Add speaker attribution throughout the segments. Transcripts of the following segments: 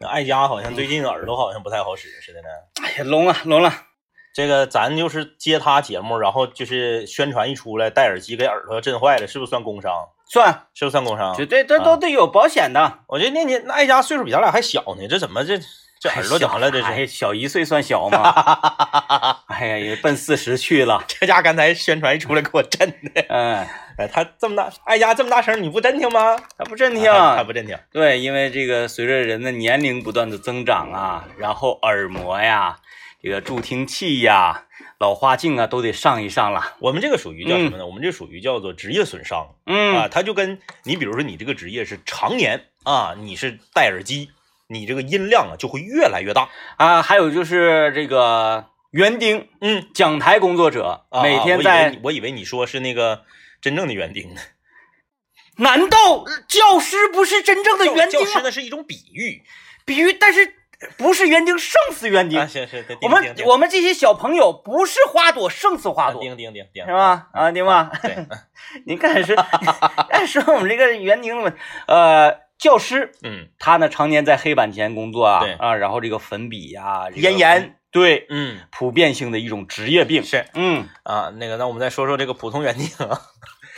Speaker 1: 那艾佳好像最近耳朵好像不太好使似的呢。
Speaker 2: 哎呀，聋了，聋了。
Speaker 1: 这个咱就是接他节目，然后就是宣传一出来，戴耳机给耳朵震坏了，是不是算工伤？
Speaker 2: 算，
Speaker 1: 是不是算工伤？
Speaker 2: 绝对这
Speaker 1: 啊
Speaker 2: 都得有保险的。
Speaker 1: 我觉得那年那艾佳岁数比咱俩还小呢，这怎么这这耳朵怎么了？这
Speaker 2: 哎
Speaker 1: 是
Speaker 2: 呀，小一岁算 小吗？哎呀，也奔四十去了。
Speaker 1: 这家刚才宣传一出来给我震的，
Speaker 2: 嗯，
Speaker 1: 哎，他这么大，艾佳这么大声，你不真听吗？
Speaker 2: 他不震听。
Speaker 1: 啊他不真听。
Speaker 2: 对，因为这个随着人的年龄不断的增长啊，然后耳膜呀、这个助听器呀、老花镜啊，都得上一上了。
Speaker 1: 我们这个属于叫什么呢？我们这属于叫做职业损伤啊，
Speaker 2: 嗯，
Speaker 1: 它就跟你比如说你这个职业是常年啊，你是戴耳机，你这个音量啊就会越来越大。
Speaker 2: 啊，还有就是这个园丁、
Speaker 1: 嗯，
Speaker 2: 讲台工作者，
Speaker 1: 啊、
Speaker 2: 每天
Speaker 1: 我以为
Speaker 2: 在
Speaker 1: 你，我以为你说是那个真正的园丁 呢。
Speaker 2: 难道教师不是真正的园丁啊
Speaker 1: 教师
Speaker 2: 吗？
Speaker 1: 呢是一种比 喻
Speaker 2: 比喻，但是不是园丁胜似园丁。
Speaker 1: 啊，是是，对
Speaker 2: 我
Speaker 1: 丁
Speaker 2: 们
Speaker 1: 丁
Speaker 2: 我们这些小朋友不是花朵胜似花朵，
Speaker 1: 丁丁丁丁
Speaker 2: 是？吧？啊，丁吧，
Speaker 1: 对，
Speaker 2: 你看是， 哎，说我们这个园丁们，呃，教师
Speaker 1: 嗯
Speaker 2: 他呢常年在黑板前工作啊
Speaker 1: 对
Speaker 2: 啊，然后这个粉笔呀、这个
Speaker 1: 咽炎，
Speaker 2: 对，
Speaker 1: 嗯
Speaker 2: 普遍性的一种职业病。
Speaker 1: 是
Speaker 2: 嗯，
Speaker 1: 啊，那个那我们再说说这个普通园丁啊。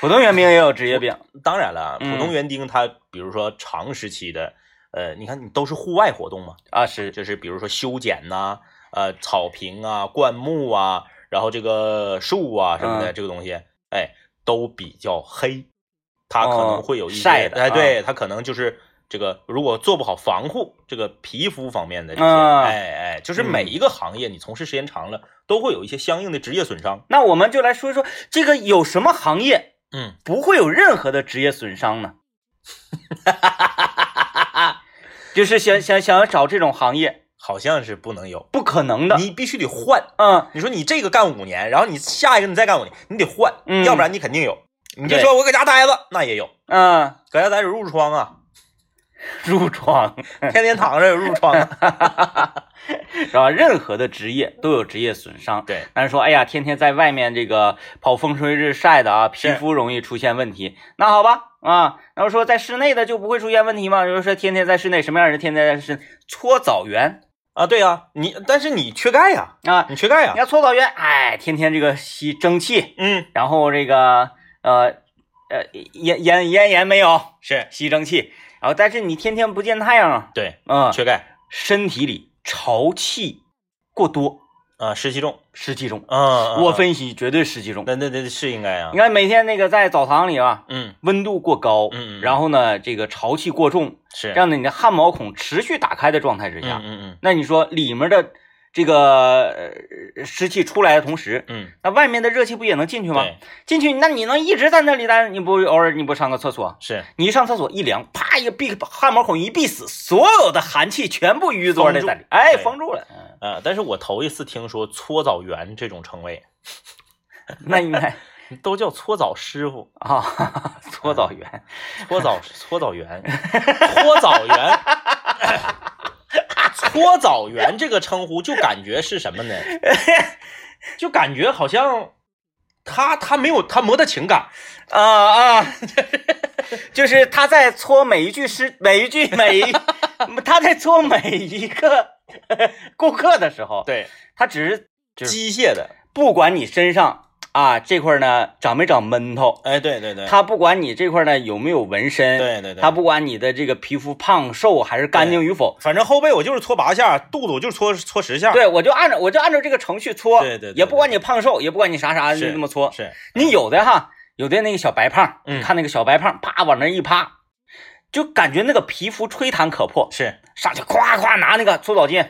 Speaker 2: 普通园丁也有职业病。
Speaker 1: 当然了，
Speaker 2: 嗯
Speaker 1: 普通园丁他比如说长时期的，呃，你看你都是户外活动嘛，
Speaker 2: 啊，是
Speaker 1: 就是比如说修剪呐、呃，草坪啊、灌木啊，然后这个树啊什么的，
Speaker 2: 嗯
Speaker 1: 这个东西，哎，都比较黑，它可
Speaker 2: 哦
Speaker 1: 能会有一些，
Speaker 2: 晒的
Speaker 1: 哎，对，它可能就是这个，如果做不好防护，这个皮肤方面的这些，
Speaker 2: 啊
Speaker 1: 哎哎，就是每一个行业你从事时间长了，都会有一些相应的职业损伤。
Speaker 2: 那我们就来说一说这个有什么行业
Speaker 1: 嗯，
Speaker 2: 不会有任何的职业损伤呢？ 就是想想想要找这种行业，
Speaker 1: 好像是不能有，
Speaker 2: 不可能的。
Speaker 1: 你必须得换。
Speaker 2: 嗯，
Speaker 1: 你说你这个干五年，然后你下一个你再干五年，你得换，
Speaker 2: 嗯
Speaker 1: 要不然你肯定有。你就
Speaker 2: 对
Speaker 1: 说我搁家待着，那也有。
Speaker 2: 嗯，
Speaker 1: 搁家待着褥疮啊，
Speaker 2: 褥疮
Speaker 1: 天天躺着有褥疮啊。
Speaker 2: 是吧？任何的职业都有职业损 伤。
Speaker 1: 对，
Speaker 2: 但是说，哎呀，天天在外面这个跑风吹日晒的啊，皮肤容易出现问题。那好吧，啊，然后说在室内的就不会出现问题嘛？就是说天天在室内，什么样的人天天在室内搓澡员
Speaker 1: 啊，对呀、你但是你缺钙呀、
Speaker 2: 啊？
Speaker 1: 你缺钙呀、
Speaker 2: 你要搓澡员，哎，天天这个吸蒸汽，
Speaker 1: 嗯，
Speaker 2: 然后这个呃呃咽咽咽炎没有
Speaker 1: 是
Speaker 2: 吸蒸汽，然后但是你天天不见太阳啊，
Speaker 1: 对，
Speaker 2: 嗯，
Speaker 1: 缺钙
Speaker 2: 身体里潮气过多，
Speaker 1: 啊，湿气重。
Speaker 2: 湿气重。
Speaker 1: 嗯，
Speaker 2: 我
Speaker 1: 非
Speaker 2: 分析绝对湿气重。
Speaker 1: 那那那是应该啊
Speaker 2: 你。看每天那个在澡堂里啊，
Speaker 1: 嗯，
Speaker 2: 温度过高，
Speaker 1: 嗯嗯嗯
Speaker 2: 然后呢，这个潮气过重，
Speaker 1: 是。
Speaker 2: 让你的汗毛孔持续打开的状态之下，
Speaker 1: 嗯嗯
Speaker 2: 那你说里面的这个呃湿气出来的同时，
Speaker 1: 嗯
Speaker 2: 那外面的热气不也能进去
Speaker 1: 嗯，
Speaker 2: 吗？
Speaker 1: 对，
Speaker 2: 进去，那你能一直在那里待着？你不偶尔你不上个厕所？
Speaker 1: 是
Speaker 2: 你一上厕所一凉，啪一闭汗毛孔一闭死，所有的寒气全部淤缩在
Speaker 1: 封住
Speaker 2: 那里，哎，
Speaker 1: 对
Speaker 2: 封住了。嗯
Speaker 1: 啊。但是我头一次听说搓澡员这种称谓，
Speaker 2: 那应该
Speaker 1: 都叫搓澡师傅、
Speaker 2: 啊，哈哈搓澡员，
Speaker 1: 搓澡搓澡员、搓澡员。搓澡员这个称呼就感觉是什么呢？就感觉好像他他没有他没得情感，
Speaker 2: 啊啊， 就是他在搓每一句诗，每一句每一，他在搓每一个顾客的时候，
Speaker 1: 对，
Speaker 2: 他只是就是
Speaker 1: 机械的，
Speaker 2: 不管你身上啊这块儿呢长没长闷头，
Speaker 1: 哎，对对对，
Speaker 2: 他不管你这块儿呢有没有纹身，
Speaker 1: 对对对
Speaker 2: 他不管你的这个皮肤胖瘦还是干净与否，
Speaker 1: 反正后背我就是搓八下，肚子我就是搓搓十下，
Speaker 2: 对我就按照我就按照这个程序搓，
Speaker 1: 对对对
Speaker 2: 也不管你胖瘦，也不管你啥啥，
Speaker 1: 是
Speaker 2: 就这么搓。
Speaker 1: 是，
Speaker 2: 你有的哈，有的那个小白胖，
Speaker 1: 嗯
Speaker 2: 看那个小白胖，啪往那一趴，就感觉那个皮肤吹弹可破，
Speaker 1: 是
Speaker 2: 上去夸夸拿那个搓澡巾，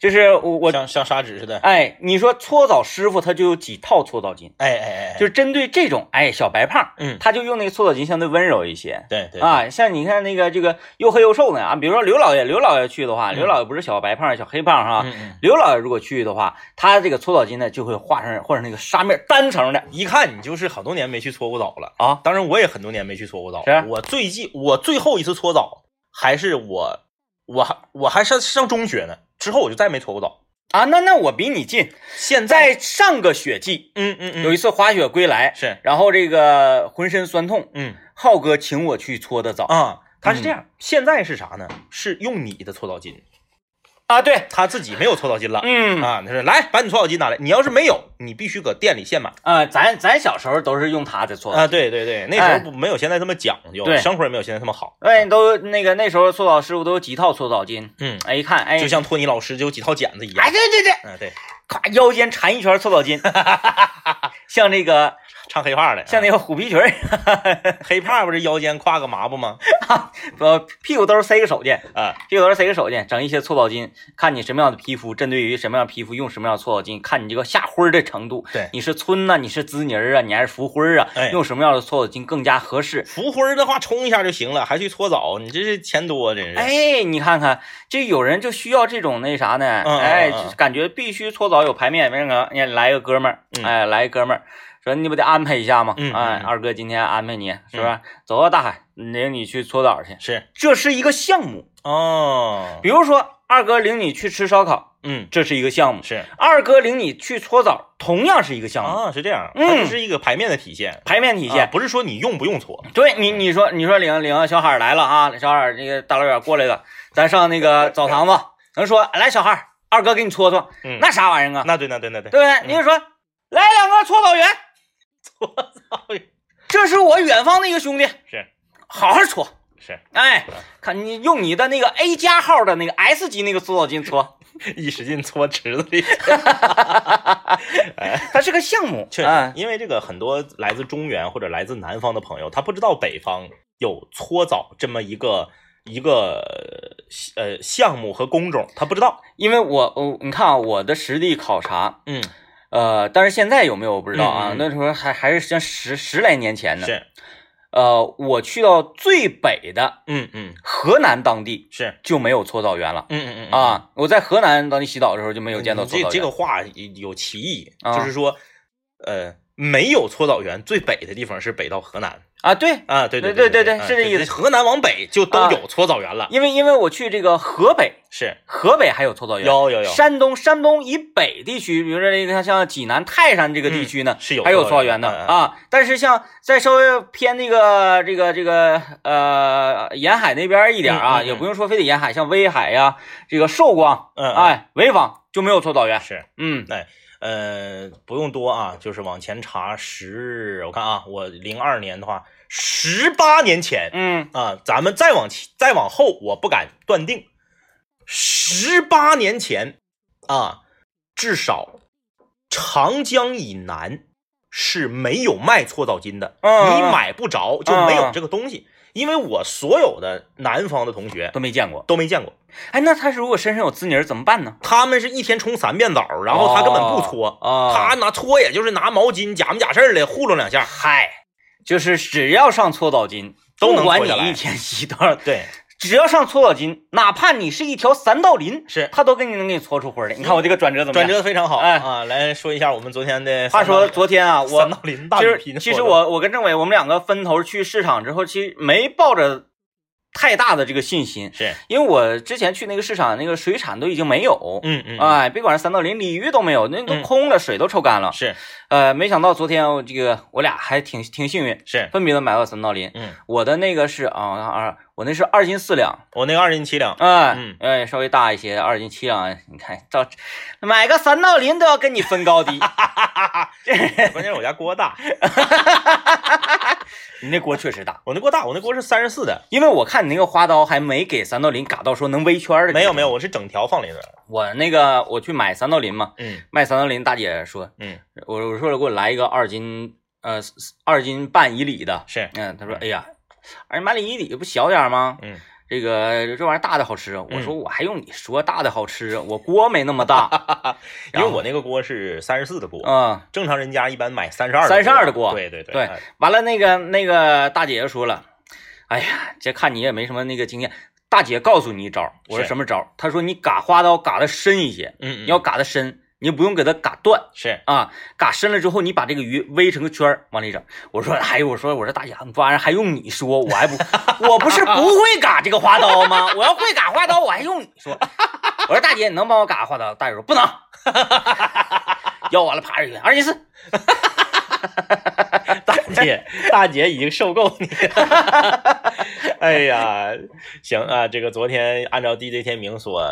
Speaker 2: 就是我我
Speaker 1: 像像砂纸似的，
Speaker 2: 哎，你说搓澡师傅他就有几套搓澡巾，
Speaker 1: 哎哎哎，
Speaker 2: 就是针对这种哎小白胖，
Speaker 1: 嗯，
Speaker 2: 他就用那个搓澡巾相对温柔一些。
Speaker 1: 对对，
Speaker 2: 啊，像你看那个这个又黑又瘦的啊，比如说刘老爷，刘老爷去的话，刘老爷不是小白胖、小黑胖哈，
Speaker 1: 嗯嗯，
Speaker 2: 刘老爷如果去的话，他这个搓澡巾呢就会画上换成那个纱面单层的
Speaker 1: 一看你就是好多年没去搓过澡了，
Speaker 2: 啊，
Speaker 1: 当然我也很多年没去搓过澡，
Speaker 2: 是啊
Speaker 1: 我最记我最后一次搓澡还是我我还我还上上中学呢，之后我就再没搓过澡，
Speaker 2: 啊，那那我比你近，
Speaker 1: 现在
Speaker 2: 在上个雪季
Speaker 1: 嗯嗯嗯，
Speaker 2: 有一次滑雪归来，
Speaker 1: 是
Speaker 2: 然后这个浑身酸痛，
Speaker 1: 嗯
Speaker 2: 浩哥请我去搓的澡，
Speaker 1: 啊，它是
Speaker 2: 嗯
Speaker 1: 这样，现在是啥呢？是用你的搓澡巾，
Speaker 2: 啊，对，
Speaker 1: 他自己没有搓澡巾了。
Speaker 2: 嗯
Speaker 1: 啊，他说来把你搓澡巾拿来，你要是没有，你必须搁店里现买
Speaker 2: 啊，咱咱小时候都是用它在搓
Speaker 1: 啊！
Speaker 2: 澡，
Speaker 1: 对对对，那
Speaker 2: 哎
Speaker 1: 时候不没有现在这么讲究，
Speaker 2: 对
Speaker 1: 生活也没有现在这么好。
Speaker 2: 哎，都那个那时候搓澡师傅都有几套搓澡巾，
Speaker 1: 嗯，
Speaker 2: 哎，一看，哎，
Speaker 1: 就像托尼老师就有几套剪子一样
Speaker 2: 哎，。对对对，
Speaker 1: 嗯，对，
Speaker 2: 咔腰间缠一圈搓澡巾， 像这个
Speaker 1: 唱黑怕的，啊
Speaker 2: 像那个虎皮裙儿，
Speaker 1: 黑怕不是腰间挎个麻布吗？
Speaker 2: 呃，屁股兜儿塞个手去，
Speaker 1: 啊，
Speaker 2: 屁股兜儿塞个手去，整一些搓澡巾，看你什么样的皮肤，针对于什么样的皮肤用什么样的搓澡巾，看你这个下灰儿的程度，
Speaker 1: 对
Speaker 2: 你是皴呐、你是滋泥儿啊，你还是浮灰儿啊，
Speaker 1: 哎
Speaker 2: 用什么样的搓澡巾更加合适？
Speaker 1: 浮灰儿的话冲一下就行了，还去搓澡，你这是钱多，啊真是。
Speaker 2: 哎，你看看，这有人就需要这种那啥呢？
Speaker 1: 嗯
Speaker 2: 哎，
Speaker 1: 嗯嗯
Speaker 2: 就感觉必须搓澡有排面，那个哎来个哥们儿，
Speaker 1: 嗯
Speaker 2: 哎，来个哥们儿，说你不得安排一下吗？
Speaker 1: 嗯嗯
Speaker 2: 哎，
Speaker 1: 嗯
Speaker 2: 二哥今天安排你，是不是？走到大海，领你去搓澡去，
Speaker 1: 是
Speaker 2: 这是一个项目。
Speaker 1: 哦，
Speaker 2: 比如说，二哥领你去吃烧烤，
Speaker 1: 嗯，
Speaker 2: 这是一个项目；
Speaker 1: 是
Speaker 2: 二哥领你去搓澡，同样是一个项目。
Speaker 1: 啊，是这样，
Speaker 2: 嗯
Speaker 1: 它就是一个牌面的体现，
Speaker 2: 排面体
Speaker 1: 啊
Speaker 2: 现，
Speaker 1: 不是说你用不用搓，
Speaker 2: 对你你说你说领领小海儿来了啊，小海儿那个大老远过来的，咱上那个澡堂子，咱说来小海儿，二哥给你搓搓，
Speaker 1: 嗯
Speaker 2: 那啥玩意儿啊，
Speaker 1: 那对那对那对，
Speaker 2: 对不对？你就说来两个搓澡员，
Speaker 1: 澡员
Speaker 2: 这是我远方的一个兄弟，
Speaker 1: 是
Speaker 2: 好好搓，
Speaker 1: 是，
Speaker 2: 哎，看你用你的那个 A 加号的那个 S 级那个搓澡巾搓，
Speaker 1: 一使劲搓池子里。
Speaker 2: 它是个项目，
Speaker 1: 确实
Speaker 2: 啊，
Speaker 1: 因为这个很多来自中原或者来自南方的朋友，他不知道北方有搓澡这么一个一个呃项目和工种，他不知道。
Speaker 2: 因为我我你看啊，我的实地考察。
Speaker 1: 嗯，
Speaker 2: 呃，但是现在有没有我不知道啊？
Speaker 1: 嗯嗯嗯
Speaker 2: 那时候还还是像十十来年前呢。
Speaker 1: 是，
Speaker 2: 呃，我去到最北的
Speaker 1: 嗯嗯
Speaker 2: 河南当地
Speaker 1: 是，
Speaker 2: 就没有搓澡员了
Speaker 1: 嗯嗯嗯，
Speaker 2: 啊！我在河南当地洗澡的时候就没有见到
Speaker 1: 你
Speaker 2: 搓
Speaker 1: 这
Speaker 2: 澡
Speaker 1: 这
Speaker 2: 员。
Speaker 1: 个话有歧义，
Speaker 2: 啊
Speaker 1: 就是说，呃，没有搓澡员，最北的地方是北到河南
Speaker 2: 啊，对，
Speaker 1: 啊，对
Speaker 2: 对
Speaker 1: 对
Speaker 2: 对对
Speaker 1: 啊
Speaker 2: 是这意思
Speaker 1: 就河南往北就都
Speaker 2: 啊
Speaker 1: 有搓澡员了，
Speaker 2: 因为因为我去这个河北，
Speaker 1: 是
Speaker 2: 河北还有搓澡员。
Speaker 1: 有有有，
Speaker 2: 山东，山东以北地区，比如说那个像济南、泰山这个地区呢，
Speaker 1: 嗯是有
Speaker 2: 还有
Speaker 1: 搓
Speaker 2: 搓
Speaker 1: 澡
Speaker 2: 澡
Speaker 1: 员
Speaker 2: 员的
Speaker 1: 嗯嗯
Speaker 2: 啊。但是像再稍微偏那个这个这个呃沿海那边一点啊，
Speaker 1: 嗯嗯嗯
Speaker 2: 也不用说非得沿海，像威海呀、这个寿光，
Speaker 1: 嗯，嗯，
Speaker 2: 哎，潍坊就没有搓澡员。
Speaker 1: 是。
Speaker 2: 嗯
Speaker 1: 呃，不用多啊，就是往前查十，我看啊，我零二年的话，十八年前
Speaker 2: 嗯，
Speaker 1: 啊，咱们再往前再往后，我不敢断定，十八年前啊，至少长江以南是没有卖搓澡巾的，
Speaker 2: 嗯
Speaker 1: 你买不着就没有
Speaker 2: 嗯
Speaker 1: 这个东西，因为我所有的南方的同学
Speaker 2: 都没见过。
Speaker 1: 都没见过，
Speaker 2: 哎，那他如果身上有滋泥儿怎么办呢？
Speaker 1: 他们是一天冲三遍澡，然后他根本不搓。
Speaker 2: 啊，
Speaker 1: 他拿搓也就是拿毛巾假模假式儿的糊弄两下，
Speaker 2: 嗨，就是只要上搓澡巾，
Speaker 1: 都能
Speaker 2: 不管
Speaker 1: 搓下来
Speaker 2: 你一天洗多少，
Speaker 1: 对，
Speaker 2: 只要上搓澡巾，哪怕你是一条三道林，
Speaker 1: 是
Speaker 2: 他都给你能给你搓出灰儿来。你看我这个转折怎么
Speaker 1: 转
Speaker 2: 样？
Speaker 1: 折得非常好、
Speaker 2: 哎
Speaker 1: 啊！来说一下我们昨天的
Speaker 2: 话
Speaker 1: 三道。
Speaker 2: 说昨天啊，
Speaker 1: 三
Speaker 2: 我
Speaker 1: 道林大
Speaker 2: 其
Speaker 1: 比拼
Speaker 2: 实其实我我跟政委我们两个分头去市场之后，其实没抱着太大的这个信心，
Speaker 1: 是，
Speaker 2: 因为我之前去那个市场，那个水产都已经没有。
Speaker 1: 嗯嗯，
Speaker 2: 哎，别管是三道林、鲤鱼都没有，那都
Speaker 1: 嗯
Speaker 2: 空了，水都抽干了。
Speaker 1: 是
Speaker 2: 呃，没想到昨天我这个我俩还挺挺幸运，
Speaker 1: 是，
Speaker 2: 分别的买到三道林。
Speaker 1: 嗯，
Speaker 2: 我的那个是啊，我看二，我那是二斤四两，
Speaker 1: 我那个二斤七两，
Speaker 2: 哎、
Speaker 1: 嗯
Speaker 2: 哎，稍微大一些，二斤七两。你看到买个三道林都要跟你分高低，
Speaker 1: 关键是我家锅大，
Speaker 2: 你那锅确实大，
Speaker 1: 我那锅大，我那锅是三十四的，
Speaker 2: 因为我看你那个花刀还没给三道林嘎到说能围圈儿的，
Speaker 1: 没有没有，，我是整条放里头的，
Speaker 2: 我那个我去买三道林嘛，
Speaker 1: 嗯
Speaker 2: 卖三道林大姐说，
Speaker 1: 嗯，
Speaker 2: 我我说了给我来一个二斤呃二斤半以里的，
Speaker 1: 是，
Speaker 2: 嗯，她说哎呀，二斤半以里不小点儿吗？
Speaker 1: 嗯
Speaker 2: 这个这玩意儿大的好吃，我说我还用你说大的好吃，我锅没那 么大，
Speaker 1: 因为
Speaker 2: 然后
Speaker 1: 我那个锅是三十四的锅，
Speaker 2: 嗯。
Speaker 1: 正常人家一般买三十二
Speaker 2: 32的锅
Speaker 1: 对对
Speaker 2: 对
Speaker 1: 哎
Speaker 2: 完了，那个那个大姐就说了，哎呀，这看你也没什么那个经验。大姐告诉你一招，我说
Speaker 1: 是
Speaker 2: 什么招？她说你嘎花刀嘎的深一些，
Speaker 1: 嗯，
Speaker 2: 你
Speaker 1: 嗯
Speaker 2: 要嘎的深，你就不用给它嘎断
Speaker 1: 是
Speaker 2: 啊，嘎深了之后，你把这个鱼围成个圈儿往里整。我说，哎呦，我说我说大姐，你玩意儿还用你说？我还不， 我不是不会嘎这个花刀吗？我要会嘎花刀，我还用你说？我说大姐，你能帮 我嘎花刀？大姐说不能，要完了，爬上去，二斤四。
Speaker 1: 大姐， 大姐已经受够你了。 哎呀，行啊，这个昨天按照 DJ 天明所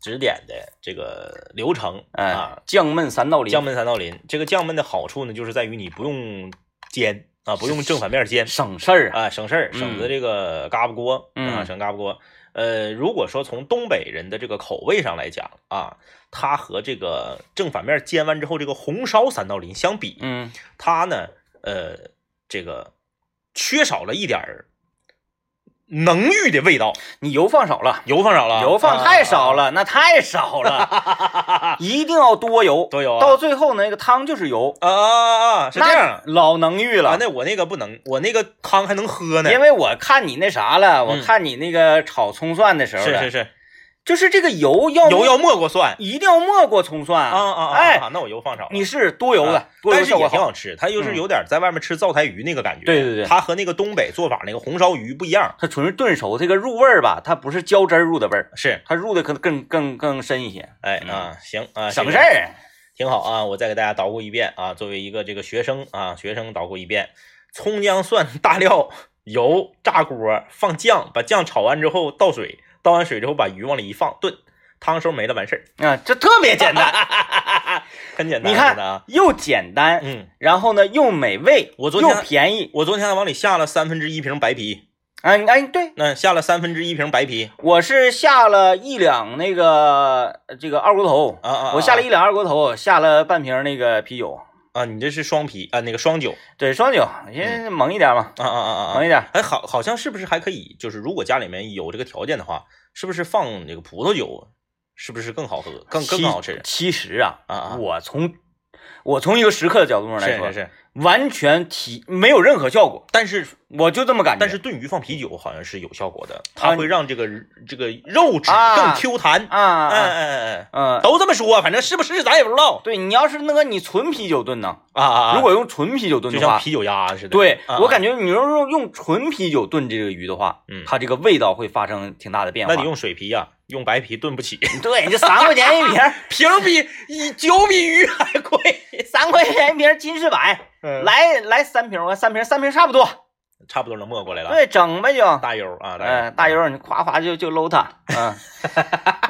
Speaker 1: 指点的这个流程
Speaker 2: 哎
Speaker 1: 啊，，
Speaker 2: 降闷三道林，
Speaker 1: 降焖三道林，这个降焖的好处呢，就是在于你不用煎啊，不用正反面煎
Speaker 2: 省事儿啊。
Speaker 1: 啊，省事儿，省得这个嘎巴锅啊，
Speaker 2: 嗯
Speaker 1: 省嘎巴锅。呃，如果说从东北人的这个口味上来讲啊，它和这个正反面煎完之后这个红烧三道林相比，
Speaker 2: 嗯，
Speaker 1: 它呢，呃，这个缺少了一点儿浓郁的味道，
Speaker 2: 你油放少了，
Speaker 1: 油放少了，
Speaker 2: 油放太少
Speaker 1: 了，
Speaker 2: 了，那太少了， 一定要多油，
Speaker 1: 多油啊
Speaker 2: 到最后那个汤就是油，
Speaker 1: 啊啊啊，是这样
Speaker 2: 那。老能遇了
Speaker 1: 啊，。那我那个不能，我那个汤还能喝呢。
Speaker 2: 因为我看你那啥了，我
Speaker 1: 嗯
Speaker 2: 看你那个炒葱蒜的时候
Speaker 1: 是
Speaker 2: 了
Speaker 1: 是是，
Speaker 2: 就是这个油要
Speaker 1: 油要没过蒜
Speaker 2: 一定要没过葱蒜
Speaker 1: 啊啊啊！
Speaker 2: 哎，
Speaker 1: 啊，那我油放少了。
Speaker 2: 你是多油的
Speaker 1: 啊，
Speaker 2: 多油
Speaker 1: 但是
Speaker 2: 效
Speaker 1: 也
Speaker 2: 果
Speaker 1: 挺
Speaker 2: 好。
Speaker 1: 好吃，它就是
Speaker 2: 嗯
Speaker 1: 有点在外面吃灶台鱼那个感觉。
Speaker 2: 对对对
Speaker 1: 它和那个东北做法那个红烧鱼不一样，
Speaker 2: 它纯是炖熟，这个入味儿吧，它不是浇汁儿入的味儿，
Speaker 1: 是，
Speaker 2: 它入的更更更更深一些，
Speaker 1: 哎
Speaker 2: 嗯
Speaker 1: 啊，行啊，
Speaker 2: 省
Speaker 1: 这个
Speaker 2: 事儿。
Speaker 1: 挺好啊，我再给大家捣鼓一遍啊，作为一个这个学生啊，学生捣鼓一遍，葱姜蒜 大料油炸锅放酱，把酱炒完之后倒水，倒完水之后把鱼往里一放炖，汤收没了完事儿，
Speaker 2: 啊，这特别简单，
Speaker 1: 很简单，
Speaker 2: 你
Speaker 1: 真的
Speaker 2: 看
Speaker 1: 啊，
Speaker 2: 又简单，
Speaker 1: 嗯，
Speaker 2: 然后呢又美味，
Speaker 1: 我昨天
Speaker 2: 又便宜。
Speaker 1: 我昨天还往里下了三分之一瓶白啤，
Speaker 2: 哎哎，对，
Speaker 1: 那下了三分之一瓶白啤
Speaker 2: 我是下了一两那个呃这个二锅头，
Speaker 1: 啊啊啊，
Speaker 2: 我下了一两二锅头，下了半瓶那个啤酒，
Speaker 1: 啊，你这是双啤啊，那个双酒
Speaker 2: 对，双酒，先猛一点嘛，
Speaker 1: 啊啊啊啊
Speaker 2: 猛
Speaker 1: 啊
Speaker 2: 一，点。
Speaker 1: 哎，好，好像是不是还可以，就是如果家里面有这个条件的话，是不是放这个葡萄酒，是不是更好喝，更更
Speaker 2: 其
Speaker 1: 更好吃？
Speaker 2: 其实啊，
Speaker 1: 啊啊
Speaker 2: 我从我从一个食客的角度上来
Speaker 1: 是
Speaker 2: 说，
Speaker 1: 是是，
Speaker 2: 完全体没有任何效果，
Speaker 1: 但是
Speaker 2: 我就这么感觉。
Speaker 1: 但是炖鱼放啤酒好像是有效果的，
Speaker 2: 啊
Speaker 1: 它会让这个这个肉质更
Speaker 2: 啊
Speaker 1: Q 弹。
Speaker 2: 啊啊
Speaker 1: 嗯
Speaker 2: 啊，
Speaker 1: 嗯嗯
Speaker 2: 嗯、
Speaker 1: 嗯，都这么说，反正是不是咱也不知道
Speaker 2: 对你要是那个你纯啤酒炖呢，
Speaker 1: 啊啊。啊
Speaker 2: 如果用纯啤酒炖
Speaker 1: 就
Speaker 2: 的
Speaker 1: 像
Speaker 2: 话，
Speaker 1: 啤酒鸭似的，
Speaker 2: 对
Speaker 1: 啊
Speaker 2: 我
Speaker 1: 啊
Speaker 2: 感觉你要是用纯啤酒炖这个鱼的话，
Speaker 1: 嗯
Speaker 2: 它这个味道会发生挺大的变化。
Speaker 1: 那你用水啤呀，用白啤炖不起，
Speaker 2: 对，你就三块钱一瓶儿，
Speaker 1: 瓶比一酒比鱼还贵。
Speaker 2: 三块钱一瓶儿金士百，
Speaker 1: 嗯，
Speaker 2: 来来三瓶儿，我三瓶儿三瓶儿差不多，
Speaker 1: 差不多能没过来了。
Speaker 2: 对，整呗就。
Speaker 1: 大油啊，
Speaker 2: 嗯，大油你夸夸就 就搂它，嗯，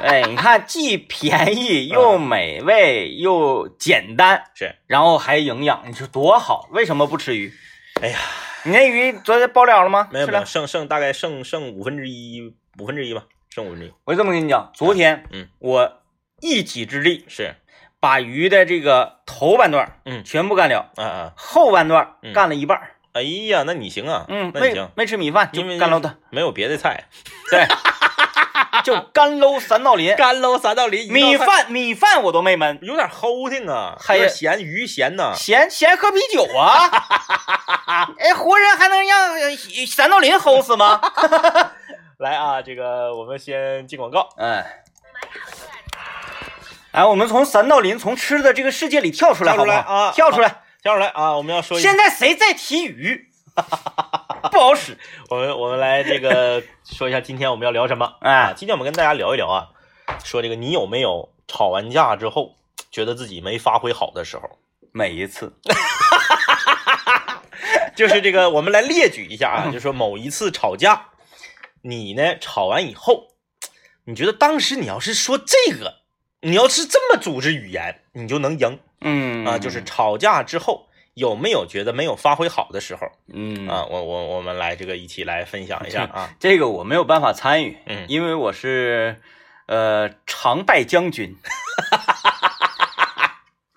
Speaker 2: 哎，你看既便宜又美味又简单，
Speaker 1: 是
Speaker 2: 然后还营养，你说多好？为什么不吃鱼？
Speaker 1: 哎呀，
Speaker 2: 你那鱼昨天包了了吗？
Speaker 1: 没有
Speaker 2: 吃
Speaker 1: 没有，
Speaker 2: 了。
Speaker 1: 剩剩大概剩剩五分之一，五分之一吧，剩五分之一。
Speaker 2: 我就这么跟你讲，昨天，
Speaker 1: 嗯，
Speaker 2: 我一己之力
Speaker 1: 是，
Speaker 2: 把鱼的这个头半段儿，
Speaker 1: 嗯
Speaker 2: 全部干了，
Speaker 1: 啊啊，
Speaker 2: 后半段儿
Speaker 1: 嗯
Speaker 2: 干了一半儿，
Speaker 1: 哎呀，那你行啊，
Speaker 2: 嗯，
Speaker 1: 那你
Speaker 2: 没
Speaker 1: 行，
Speaker 2: 没吃米饭就
Speaker 1: 因为
Speaker 2: 干搂它，
Speaker 1: 没有别的菜，
Speaker 2: 对，就干搂三道林，
Speaker 1: 干捞三道林，
Speaker 2: 米饭米饭我都没焖。
Speaker 1: 有点齁挺啊，
Speaker 2: 还
Speaker 1: 有点咸鱼咸呐，
Speaker 2: 闲闲喝啤酒啊！哎，活人还能让呃三道林齁死吗？
Speaker 1: 来啊，这个我们先进广告，
Speaker 2: 嗯。哎，我们从三道林从吃的这个世界里跳出来，
Speaker 1: 跳出来
Speaker 2: 好不好
Speaker 1: 啊
Speaker 2: 跳出来！
Speaker 1: 接下来啊，我们要说一，
Speaker 2: 现在谁在提鱼？不好使。
Speaker 1: 我们我们来这 个说一下今天我们要聊什么啊？
Speaker 2: 哎，
Speaker 1: 今天我们跟大家聊一聊啊，说这个你有没有吵完架之后觉得自己没发挥好的时候？
Speaker 2: 每一次，
Speaker 1: 就是这个，我们来列举一下
Speaker 2: 嗯
Speaker 1: 啊，就说某一次吵架，你呢吵完以后，你觉得当时你要是说这个，你要是这么组织语言，你就能赢
Speaker 2: 嗯
Speaker 1: 啊。就是，吵架之后有没有觉得没有发挥好的时候
Speaker 2: 嗯
Speaker 1: 啊？，我我我们来这个一起来分享一下啊。
Speaker 2: 这个我没有办法参与，
Speaker 1: 嗯
Speaker 2: 因为我是呃常败 将军，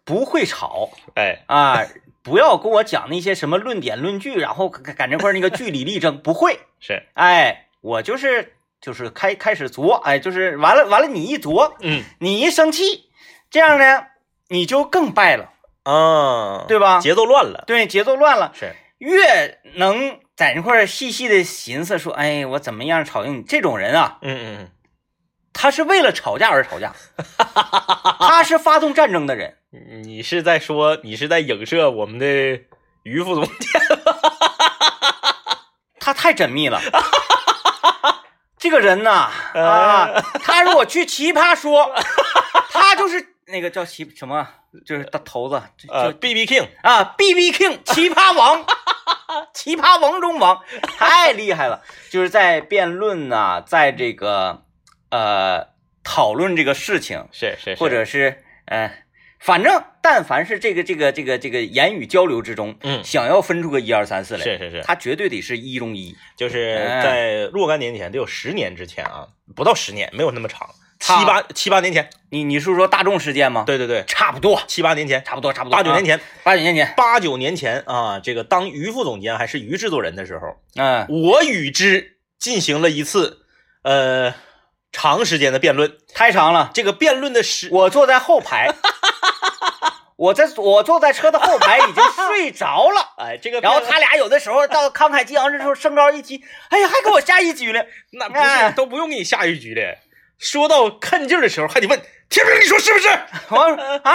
Speaker 2: 不会吵。
Speaker 1: 哎，
Speaker 2: 啊，不要跟我讲那些什么论点论据，然后赶赶这块儿那个据理力争，不会。
Speaker 1: 是，
Speaker 2: 哎，我就是就是开开始作，哎，就是完了完了，你一作，
Speaker 1: 嗯
Speaker 2: 你一生气，这样呢你就更败了，
Speaker 1: 啊，
Speaker 2: 对吧？
Speaker 1: 节奏乱了，
Speaker 2: 对，节奏乱了，
Speaker 1: 是
Speaker 2: 越能在那块儿细细的寻思说，哎，我怎么样吵赢你这种人啊？
Speaker 1: 嗯嗯嗯，
Speaker 2: 他是为了吵架而吵架，他是发动战争的人。
Speaker 1: 你嗯你是在说你是在影射我们的于副总？
Speaker 2: 他太缜密了。 这个人呐，
Speaker 1: 呃
Speaker 2: 啊，他如果去奇葩说，他就是那个叫奇什么，啊就是大头子，就就
Speaker 1: 呃，B B King
Speaker 2: 啊，B B King 奇葩王， 奇葩王中王，太厉害了！就是在辩论呐、在这个呃讨论这个事情，
Speaker 1: 是是是
Speaker 2: 或者是呃，反正但凡是这个这个这个这个言语交流之中，
Speaker 1: 嗯
Speaker 2: 想要分出个一二三四来，
Speaker 1: 是是是，
Speaker 2: 他绝对得是一中一，
Speaker 1: 就是
Speaker 2: 哎
Speaker 1: 在若干年前，得有十年之前啊，不到十年，没有那么长，七
Speaker 2: 他
Speaker 1: 八七八年前，
Speaker 2: 你你是说大众事件吗？，
Speaker 1: 对对对，
Speaker 2: 差不多，
Speaker 1: 七八年前，
Speaker 2: 差不多，差不多，
Speaker 1: 八九年
Speaker 2: 前，
Speaker 1: 前，
Speaker 2: 八九年前，
Speaker 1: 八九年前啊，这个当于副总监还是于制作人的时候，
Speaker 2: 嗯，
Speaker 1: 我与之进行了一次呃长时间的辩论。
Speaker 2: 太长了。
Speaker 1: 这个辩论的时
Speaker 2: 我坐在后排， 我在我坐在车的后排已经睡着 了。
Speaker 1: 哎，这个然
Speaker 2: 然后
Speaker 1: 后
Speaker 2: 他
Speaker 1: 他
Speaker 2: 俩有的时候到慷慨激昂的时候升高一击，哎呀，还给我下一局了。
Speaker 1: 那不
Speaker 2: 哎
Speaker 1: 是都不用给你下一局了。说到看劲儿的时候，还得问天明，你说是不是？
Speaker 2: 我说啊，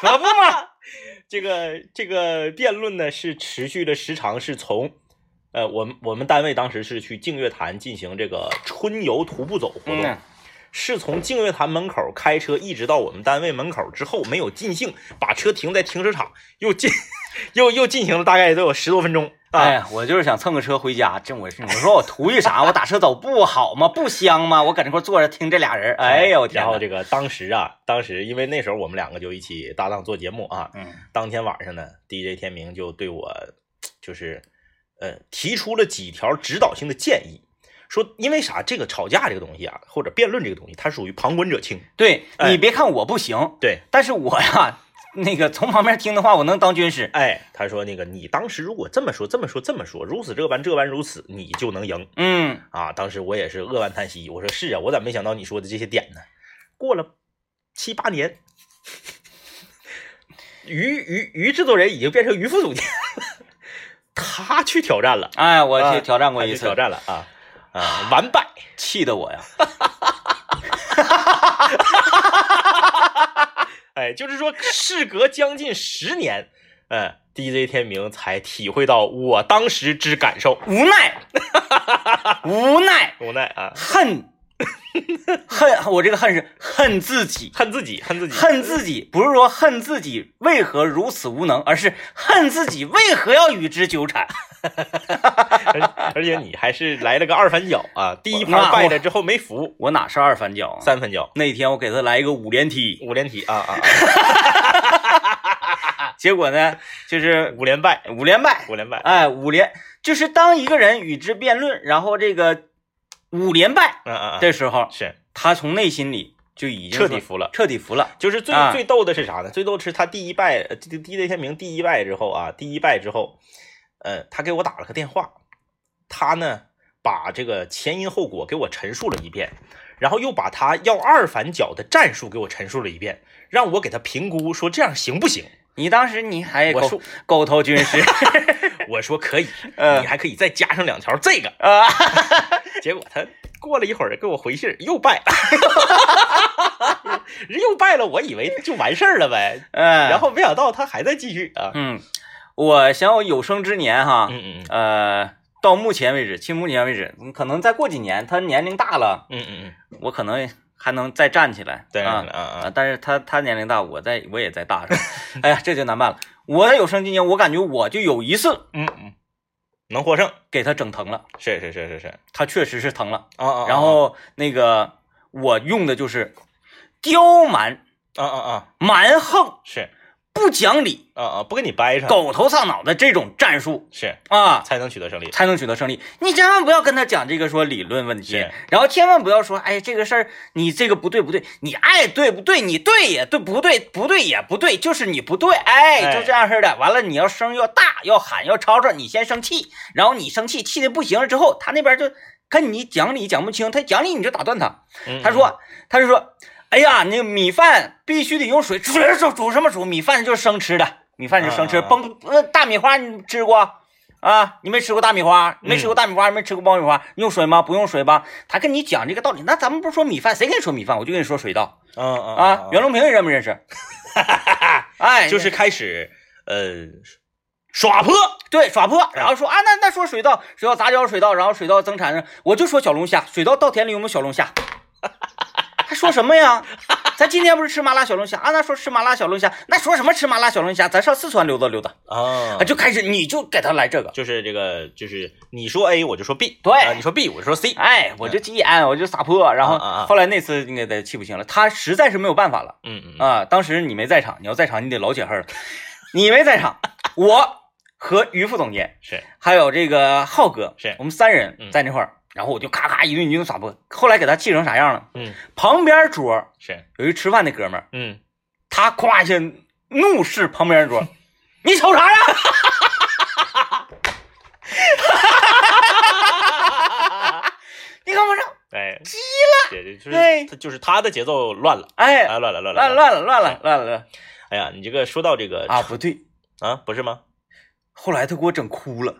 Speaker 2: 可不嘛，
Speaker 1: 这个这个辩论呢是持续的时长是从，呃，我们我们单位当时是去净月潭进行这个春游徒步走活动，
Speaker 2: 嗯
Speaker 1: 是从净月潭门口开车一直到我们单位门口之后没有尽兴，把车停在停车场，又进 又又进行了大概都有十多分钟啊。
Speaker 2: 哎呀，我就是想蹭个车回家。这我是我说我图一啥？我打车走不好吗？不香吗？我搁那块坐着听这俩人，哎呀，我天
Speaker 1: 然
Speaker 2: 哪
Speaker 1: 后！这个当时啊，当时因为那时候我们两个就一起搭档做节目啊，
Speaker 2: 嗯
Speaker 1: 当天晚上呢，DJ 天明就对我就是呃提出了几条指导性的建议，说因为啥这个吵架这个东西啊，或者辩论这个东西，它属于旁观者清。
Speaker 2: 对
Speaker 1: 哎
Speaker 2: 你别看我不行，
Speaker 1: 对，
Speaker 2: 但是我呀，那个从旁边听的话，我能当军师。
Speaker 1: 哎，他说那个你当时如果这么说这么说这么说，如此这般这般如此，你就能赢
Speaker 2: 嗯，
Speaker 1: 啊！当时我也是扼腕叹息，我说是啊，我咋没想到你说的这些点呢？过了七八年。于于于制作人已经变成于副总监了， 他去挑战了，
Speaker 2: 哎，我
Speaker 1: 啊
Speaker 2: 去挑战过
Speaker 1: 他
Speaker 2: 一
Speaker 1: 去
Speaker 2: 次
Speaker 1: 挑，战了啊啊，完败。
Speaker 2: 气得我呀！
Speaker 1: 哎，就是说，事隔将近十年，嗯，DJ 天明才体会到我当时之感受，
Speaker 2: 无 奈，无奈，
Speaker 1: 无奈啊，
Speaker 2: 恨，恨，我这个恨是恨自己，
Speaker 1: 恨自己，恨自己，
Speaker 2: 恨自己，不是说恨自己为何如此无能，而是恨自己为何要与之纠缠。
Speaker 1: 而而且你还是来了个二反脚啊，第一
Speaker 2: 那
Speaker 1: 盘
Speaker 2: 我
Speaker 1: 败了之后没服，
Speaker 2: 我哪是二反脚啊？
Speaker 1: 三分脚，
Speaker 2: 那天我给他来一个五连踢，
Speaker 1: 五连踢啊啊，
Speaker 2: 结果呢，就是
Speaker 1: 五连败，
Speaker 2: 五连败。
Speaker 1: 五连败，
Speaker 2: 哎，五连就是当一个人与之辩论，然后这个五连败
Speaker 1: 嗯嗯嗯，
Speaker 2: 的时候，
Speaker 1: 是
Speaker 2: 他从内心里就已经
Speaker 1: 彻底
Speaker 2: 说
Speaker 1: 服了。
Speaker 2: 彻底服了。
Speaker 1: 就是最、
Speaker 2: 啊
Speaker 1: 最逗的是啥呢？最逗的是他第一败呃，D D J 天明第一败之后啊，第一败之后，呃，他给我打了个电话，他呢把这个前因后果给我陈述了一遍，然后又把他要二反脚的战术给我陈述了一遍，让我给他评估说这样行不行？
Speaker 2: 你当时你还
Speaker 1: 我
Speaker 2: 狗
Speaker 1: 说
Speaker 2: 狗头军 师
Speaker 1: 我说可以，
Speaker 2: 嗯
Speaker 1: 你还可以再加上两条这个。
Speaker 2: 啊，
Speaker 1: 结果他过了一会儿给我回信儿又败了， 人又败了，我以为就完事儿了呗，
Speaker 2: 嗯，
Speaker 1: 然后没想到他还在继续啊。
Speaker 2: 嗯，我想我有生之年哈，
Speaker 1: 嗯嗯嗯
Speaker 2: 呃，到目前为止，其目前为止，嗯可能再过几年，他年龄大了，
Speaker 1: 嗯嗯嗯。
Speaker 2: 我可能还能再站起来，
Speaker 1: 对
Speaker 2: 啊
Speaker 1: 啊。啊，
Speaker 2: 啊，但是他他年龄大，我在我也在大上， 哎呀，这就难办了。我有生之年，我感觉我就有一次
Speaker 1: 嗯嗯，能获胜，
Speaker 2: 给他整疼了，
Speaker 1: 是是是是是，
Speaker 2: 他确实是疼了。
Speaker 1: 啊啊
Speaker 2: 然后那个我用的就是刁蛮、
Speaker 1: 啊啊啊，
Speaker 2: 蛮横、
Speaker 1: 是
Speaker 2: 不讲理、
Speaker 1: 啊啊，不跟你掰扯，
Speaker 2: 狗头上脑的这种战术
Speaker 1: 是
Speaker 2: 啊，
Speaker 1: 才能取得胜利，
Speaker 2: 才能取得胜利。你千万不要跟他讲这个说理论问题
Speaker 1: 是，
Speaker 2: 然后千万不要说，哎，这个事儿你这个不对不对，你爱对不对，你对也对不对，不对也不对，就是你不对，哎，
Speaker 1: 哎
Speaker 2: 就这样式的。完了，你要声要大，要喊要吵吵，你先生气，然后你生气气的不行了之后，他那边就跟你讲理讲不清，他讲理你就打断他，
Speaker 1: 嗯
Speaker 2: 他说他就说，哎呀，那个米饭必须得用水煮煮煮什么煮，米饭就是生吃的，米饭就生吃，
Speaker 1: 啊啊啊
Speaker 2: 崩呃大米花你吃过？啊，你没吃过大米花，没
Speaker 1: 嗯
Speaker 2: 吃过大米花，没吃过爆米花，用水吗？不用水吧？他跟你讲这个道理，那咱们不是说米饭，谁跟你说米饭？我就跟你说水稻
Speaker 1: 嗯嗯
Speaker 2: 啊。袁隆平你认不 认识？ 哎，
Speaker 1: 就是开始呃耍泼，
Speaker 2: 对耍泼，然后说啊，那那说水稻，水稻杂交水稻，然后水稻增 产，我就说小龙虾，水稻稻田里有没有小龙虾？还说什么呀？咱今天不是吃麻辣小龙虾啊？那说吃麻辣小龙虾，那说什么吃麻辣小龙虾？咱上四川溜达溜达
Speaker 1: 啊
Speaker 2: 啊，，就开始你就给他来这个。
Speaker 1: 就是这个，就是你说 A 我就说 B，
Speaker 2: 对
Speaker 1: 啊你说 B 我就说 C，
Speaker 2: 哎，我就急眼，我就撒泼，然后
Speaker 1: 啊啊啊
Speaker 2: 后来那次应该得气不行了，他实在是没有办法了
Speaker 1: 嗯嗯嗯
Speaker 2: 啊！当时你没在场，你要在场你得老解恨儿，你没在场，我和于副总监
Speaker 1: 是
Speaker 2: 还有这个浩哥，
Speaker 1: 是
Speaker 2: 我们三人
Speaker 1: 嗯
Speaker 2: 在那块儿，然后我就咔咔一顿一顿撒泼，后来给他气成啥样了？
Speaker 1: 嗯
Speaker 2: 旁边桌
Speaker 1: 是
Speaker 2: 有一吃饭的哥们儿，
Speaker 1: 嗯，
Speaker 2: 他夸一下怒视旁边桌，你瞅啥呀？ 你干嘛这？
Speaker 1: 哎，急了，对，就是
Speaker 2: 哎
Speaker 1: 他就是他的节奏乱了，
Speaker 2: 哎，
Speaker 1: 哎，乱了乱了了，
Speaker 2: 乱了乱了乱了乱了
Speaker 1: 哎呀，你这个说到这个
Speaker 2: 啊！不对，
Speaker 1: 啊，不是吗？
Speaker 2: 后来他给我整哭了，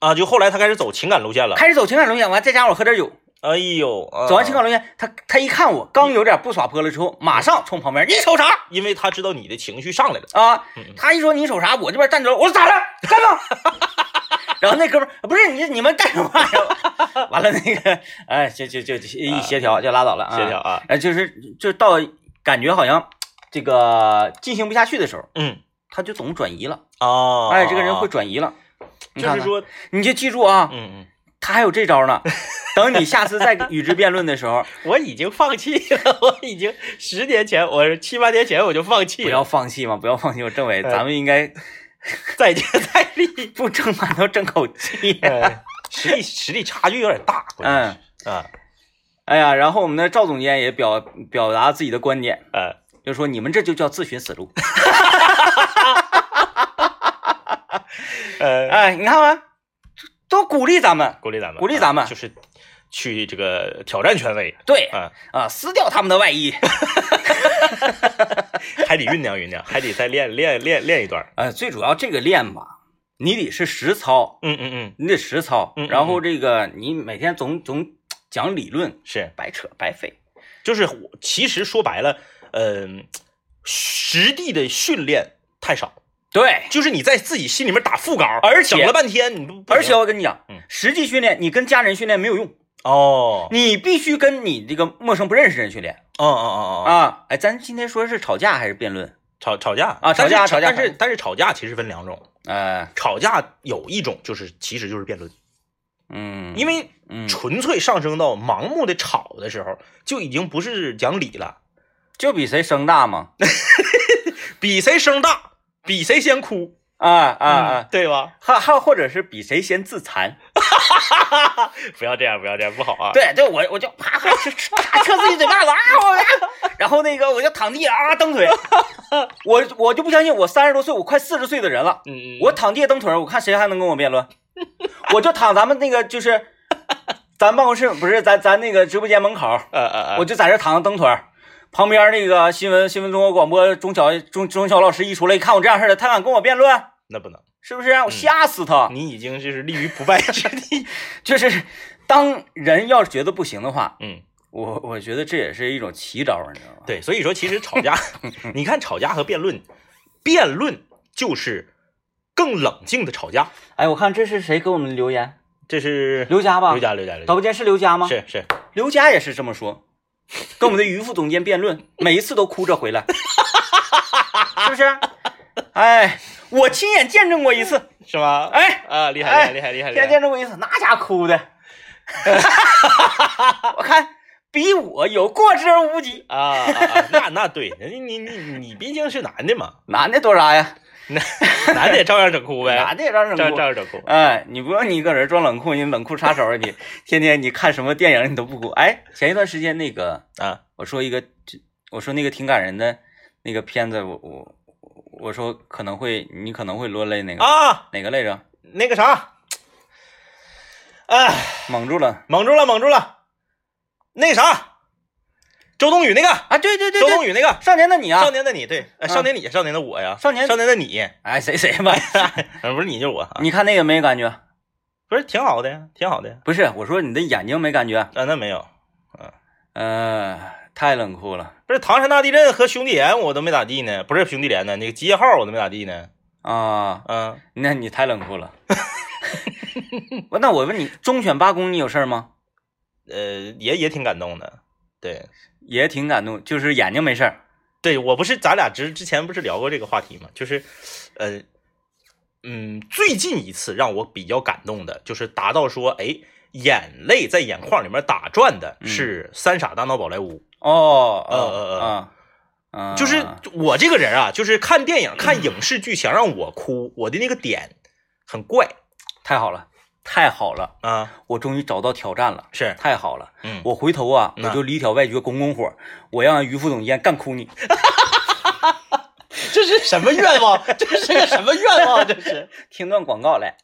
Speaker 1: 啊，就后来他开始走情感路线了，
Speaker 2: 开始走情感路线，完再加上我喝点酒，
Speaker 1: 哎呦，啊
Speaker 2: 走完情感路线，他他一看我刚有点不耍泼了之后，马上冲旁边，你瞅啥
Speaker 1: 因为他知道你的情绪上来了，
Speaker 2: 啊
Speaker 1: 嗯嗯？
Speaker 2: 他一说你瞅啥，我这边站着，我说咋了？干吧。 然后那哥们儿不是你你们干什么玩意儿？ 完了那个哎，就就就一协调就拉倒了啊，
Speaker 1: 协调啊，
Speaker 2: 哎，就是就到感觉好像这个进行不下去的时候，
Speaker 1: 嗯
Speaker 2: 他就总转移了，
Speaker 1: 啊，
Speaker 2: 哎，这个人会转移了。你
Speaker 1: 就
Speaker 2: 看
Speaker 1: 是
Speaker 2: 看
Speaker 1: 说，
Speaker 2: 你就记住啊，
Speaker 1: 嗯嗯，
Speaker 2: 他还有这 招呢。等你下次再与之辩论的时候，
Speaker 1: 我已经放弃了， 我已经十年前，我是七八年前我就放弃
Speaker 2: 不
Speaker 1: 了，
Speaker 2: 要放弃嘛，不要放弃。我政委，
Speaker 1: 哎
Speaker 2: 咱们应该
Speaker 1: 再接再厉。
Speaker 2: 不争馒头争口气。
Speaker 1: 哎，实力实力差距有点大，关键
Speaker 2: 嗯
Speaker 1: 是，啊
Speaker 2: 哎呀，然后我们的赵总监也表表达自己的观点，
Speaker 1: 呃，
Speaker 2: 就说你们这就叫自寻死路。
Speaker 1: 呃，
Speaker 2: 哎，你看吧，都鼓励咱们，
Speaker 1: 鼓励咱们，
Speaker 2: 鼓励咱们
Speaker 1: 啊就是去这个挑战权威，
Speaker 2: 对
Speaker 1: 啊，
Speaker 2: 啊，撕掉他们的外衣。
Speaker 1: 还得酝酿酝酿，还得再练练练练一段儿。
Speaker 2: 呃，最主要这个练吧，你得是实操，
Speaker 1: 嗯嗯嗯，
Speaker 2: 你得实操
Speaker 1: 嗯嗯，
Speaker 2: 然后这个你每天总总讲理论，
Speaker 1: 是，
Speaker 2: 白扯白费。
Speaker 1: 就是我其实说白了，嗯、实地的训练太少，
Speaker 2: 对，
Speaker 1: 就是你在自己心里面打副稿，
Speaker 2: 而且
Speaker 1: 整了半天，你都不
Speaker 2: 而且我跟你讲
Speaker 1: 嗯，
Speaker 2: 实际训练你跟家人训练没有用，
Speaker 1: 哦，
Speaker 2: 你必须跟你这个陌生不认识人训练
Speaker 1: 哦哦哦哦哦，
Speaker 2: 啊。哎，咱今天说是吵架还是辩论？
Speaker 1: 吵吵架
Speaker 2: 啊吵架
Speaker 1: 但是
Speaker 2: 吵架
Speaker 1: 但是但是吵架其实分两种，
Speaker 2: 呃，
Speaker 1: 吵架有一种就是其实就是辩论，
Speaker 2: 嗯，
Speaker 1: 因为
Speaker 2: 嗯，
Speaker 1: 纯粹上升到盲目的吵的时候，就已经不是讲理了，
Speaker 2: 就比谁声大嘛。
Speaker 1: 比谁声大，比谁先哭嗯
Speaker 2: 啊啊啊！
Speaker 1: 对吧？
Speaker 2: 还还有或者是比谁先自残。
Speaker 1: 不要这样，不要这样，不好啊。
Speaker 2: 对对，我我就啪啪就打车自己嘴巴子啊，我呀，然后那个我就躺地啊蹬腿，我我就不相信，我三十多岁，我快四十岁的人了，
Speaker 1: 嗯，嗯
Speaker 2: 我躺地蹬腿，我看谁还能跟我辩论？ 我就躺咱们那个就是，咱办公室不是咱咱那个直播间门口，
Speaker 1: 呃呃呃，
Speaker 2: 我就在这躺着蹬腿儿。旁边那个新闻新闻中国广播钟晓钟钟晓老师一出来，一看我这样式儿的，他敢跟我辩论，
Speaker 1: 那不能，
Speaker 2: 是不是？
Speaker 1: 嗯
Speaker 2: 我吓死他！
Speaker 1: 你已经就是立于不败之地。
Speaker 2: 就是当人要是觉得不行的话，
Speaker 1: 嗯，
Speaker 2: 我我觉得这也是一种奇招，你知道吗？
Speaker 1: 对，所以说其实吵 架，你看吵架和辩论，辩论就是更冷静的吵架，
Speaker 2: 哎，我看这是谁给我们留言？
Speaker 1: 这是
Speaker 2: 刘佳吧？
Speaker 1: 刘。佳，刘佳，刘
Speaker 2: 导
Speaker 1: 佳，
Speaker 2: 播间是刘佳吗？。
Speaker 1: 是是，
Speaker 2: 刘佳也是这么说，跟我们的于副总监辩论，每一次都哭着回来，是不是？哎，我亲眼见证过一次，
Speaker 1: 是吗？
Speaker 2: 哎，
Speaker 1: 啊，厉
Speaker 2: 哎
Speaker 1: 害，厉害，厉害，厉害，
Speaker 2: 亲眼
Speaker 1: 厉害！
Speaker 2: 见证过一次，那家哭的，我看比我有过之而无不及。
Speaker 1: 啊啊，啊 那那对，你你你你毕竟是男的嘛，
Speaker 2: 男的多啥呀？
Speaker 1: 男男的也照样整哭呗
Speaker 2: 男，的也让人
Speaker 1: 照
Speaker 2: 哭
Speaker 1: 照。样整哭。
Speaker 2: 哎，你不用你搁这装冷酷，你冷酷杀手，你天天你看什么电影你都不哭。哎，前一段时间那个
Speaker 1: 啊，
Speaker 2: 我说一个，我说那个挺感人的那个片子，我我我说可能会你可能会落泪那个、
Speaker 1: 啊，
Speaker 2: 哪个来着？
Speaker 1: 那个啥，哎，
Speaker 2: 蒙住了
Speaker 1: 蒙住了，蒙住了，那啥，周冬雨那个，
Speaker 2: 啊！对对对
Speaker 1: 周冬
Speaker 2: 对，
Speaker 1: 雨那个，
Speaker 2: 少年的你啊
Speaker 1: 少，年的你，对，呃少年你，少年的我呀，
Speaker 2: 少年
Speaker 1: 少年的你，
Speaker 2: 哎谁谁吧，
Speaker 1: 呃不是你就是我啊，
Speaker 2: 你看那个没感觉？
Speaker 1: 不是挺好的呀，挺好的呀，
Speaker 2: 不是，我说你的眼睛没感觉，
Speaker 1: 啊，那没有，
Speaker 2: 呃，太冷酷了
Speaker 1: 不是唐山大地震和兄弟连我都没咋地呢，不是兄弟连呢，那个集结号我都没咋地呢，
Speaker 2: 啊！
Speaker 1: 嗯，
Speaker 2: 那你太冷酷了。 那我问你，中选八公你有事儿吗？
Speaker 1: 呃，也也挺感动的，对
Speaker 2: 也挺感动，就是眼睛没事儿，
Speaker 1: 对，我不是咱俩之之前不是聊过这个话题吗？就是，呃，嗯，最近一次让我比较感动的，就是达到说，哎，眼泪在眼眶里面打转的
Speaker 2: 嗯
Speaker 1: 是《三傻大闹宝莱坞
Speaker 2: 哦，
Speaker 1: 呃呃
Speaker 2: 嗯嗯，》，
Speaker 1: 就是我这个人啊，就是看电影、看影视剧想让我哭，我的那个点很怪
Speaker 2: 太好了，太好了，
Speaker 1: 啊，
Speaker 2: 我终于找到挑战了，
Speaker 1: 是，
Speaker 2: 太好了，
Speaker 1: 嗯，
Speaker 2: 我回头啊，
Speaker 1: 嗯
Speaker 2: 我就里挑外撅拱拱火，我让于副总监干哭你，
Speaker 1: 这是什么愿望？这是个什么愿望？这是。
Speaker 2: 听段广告来，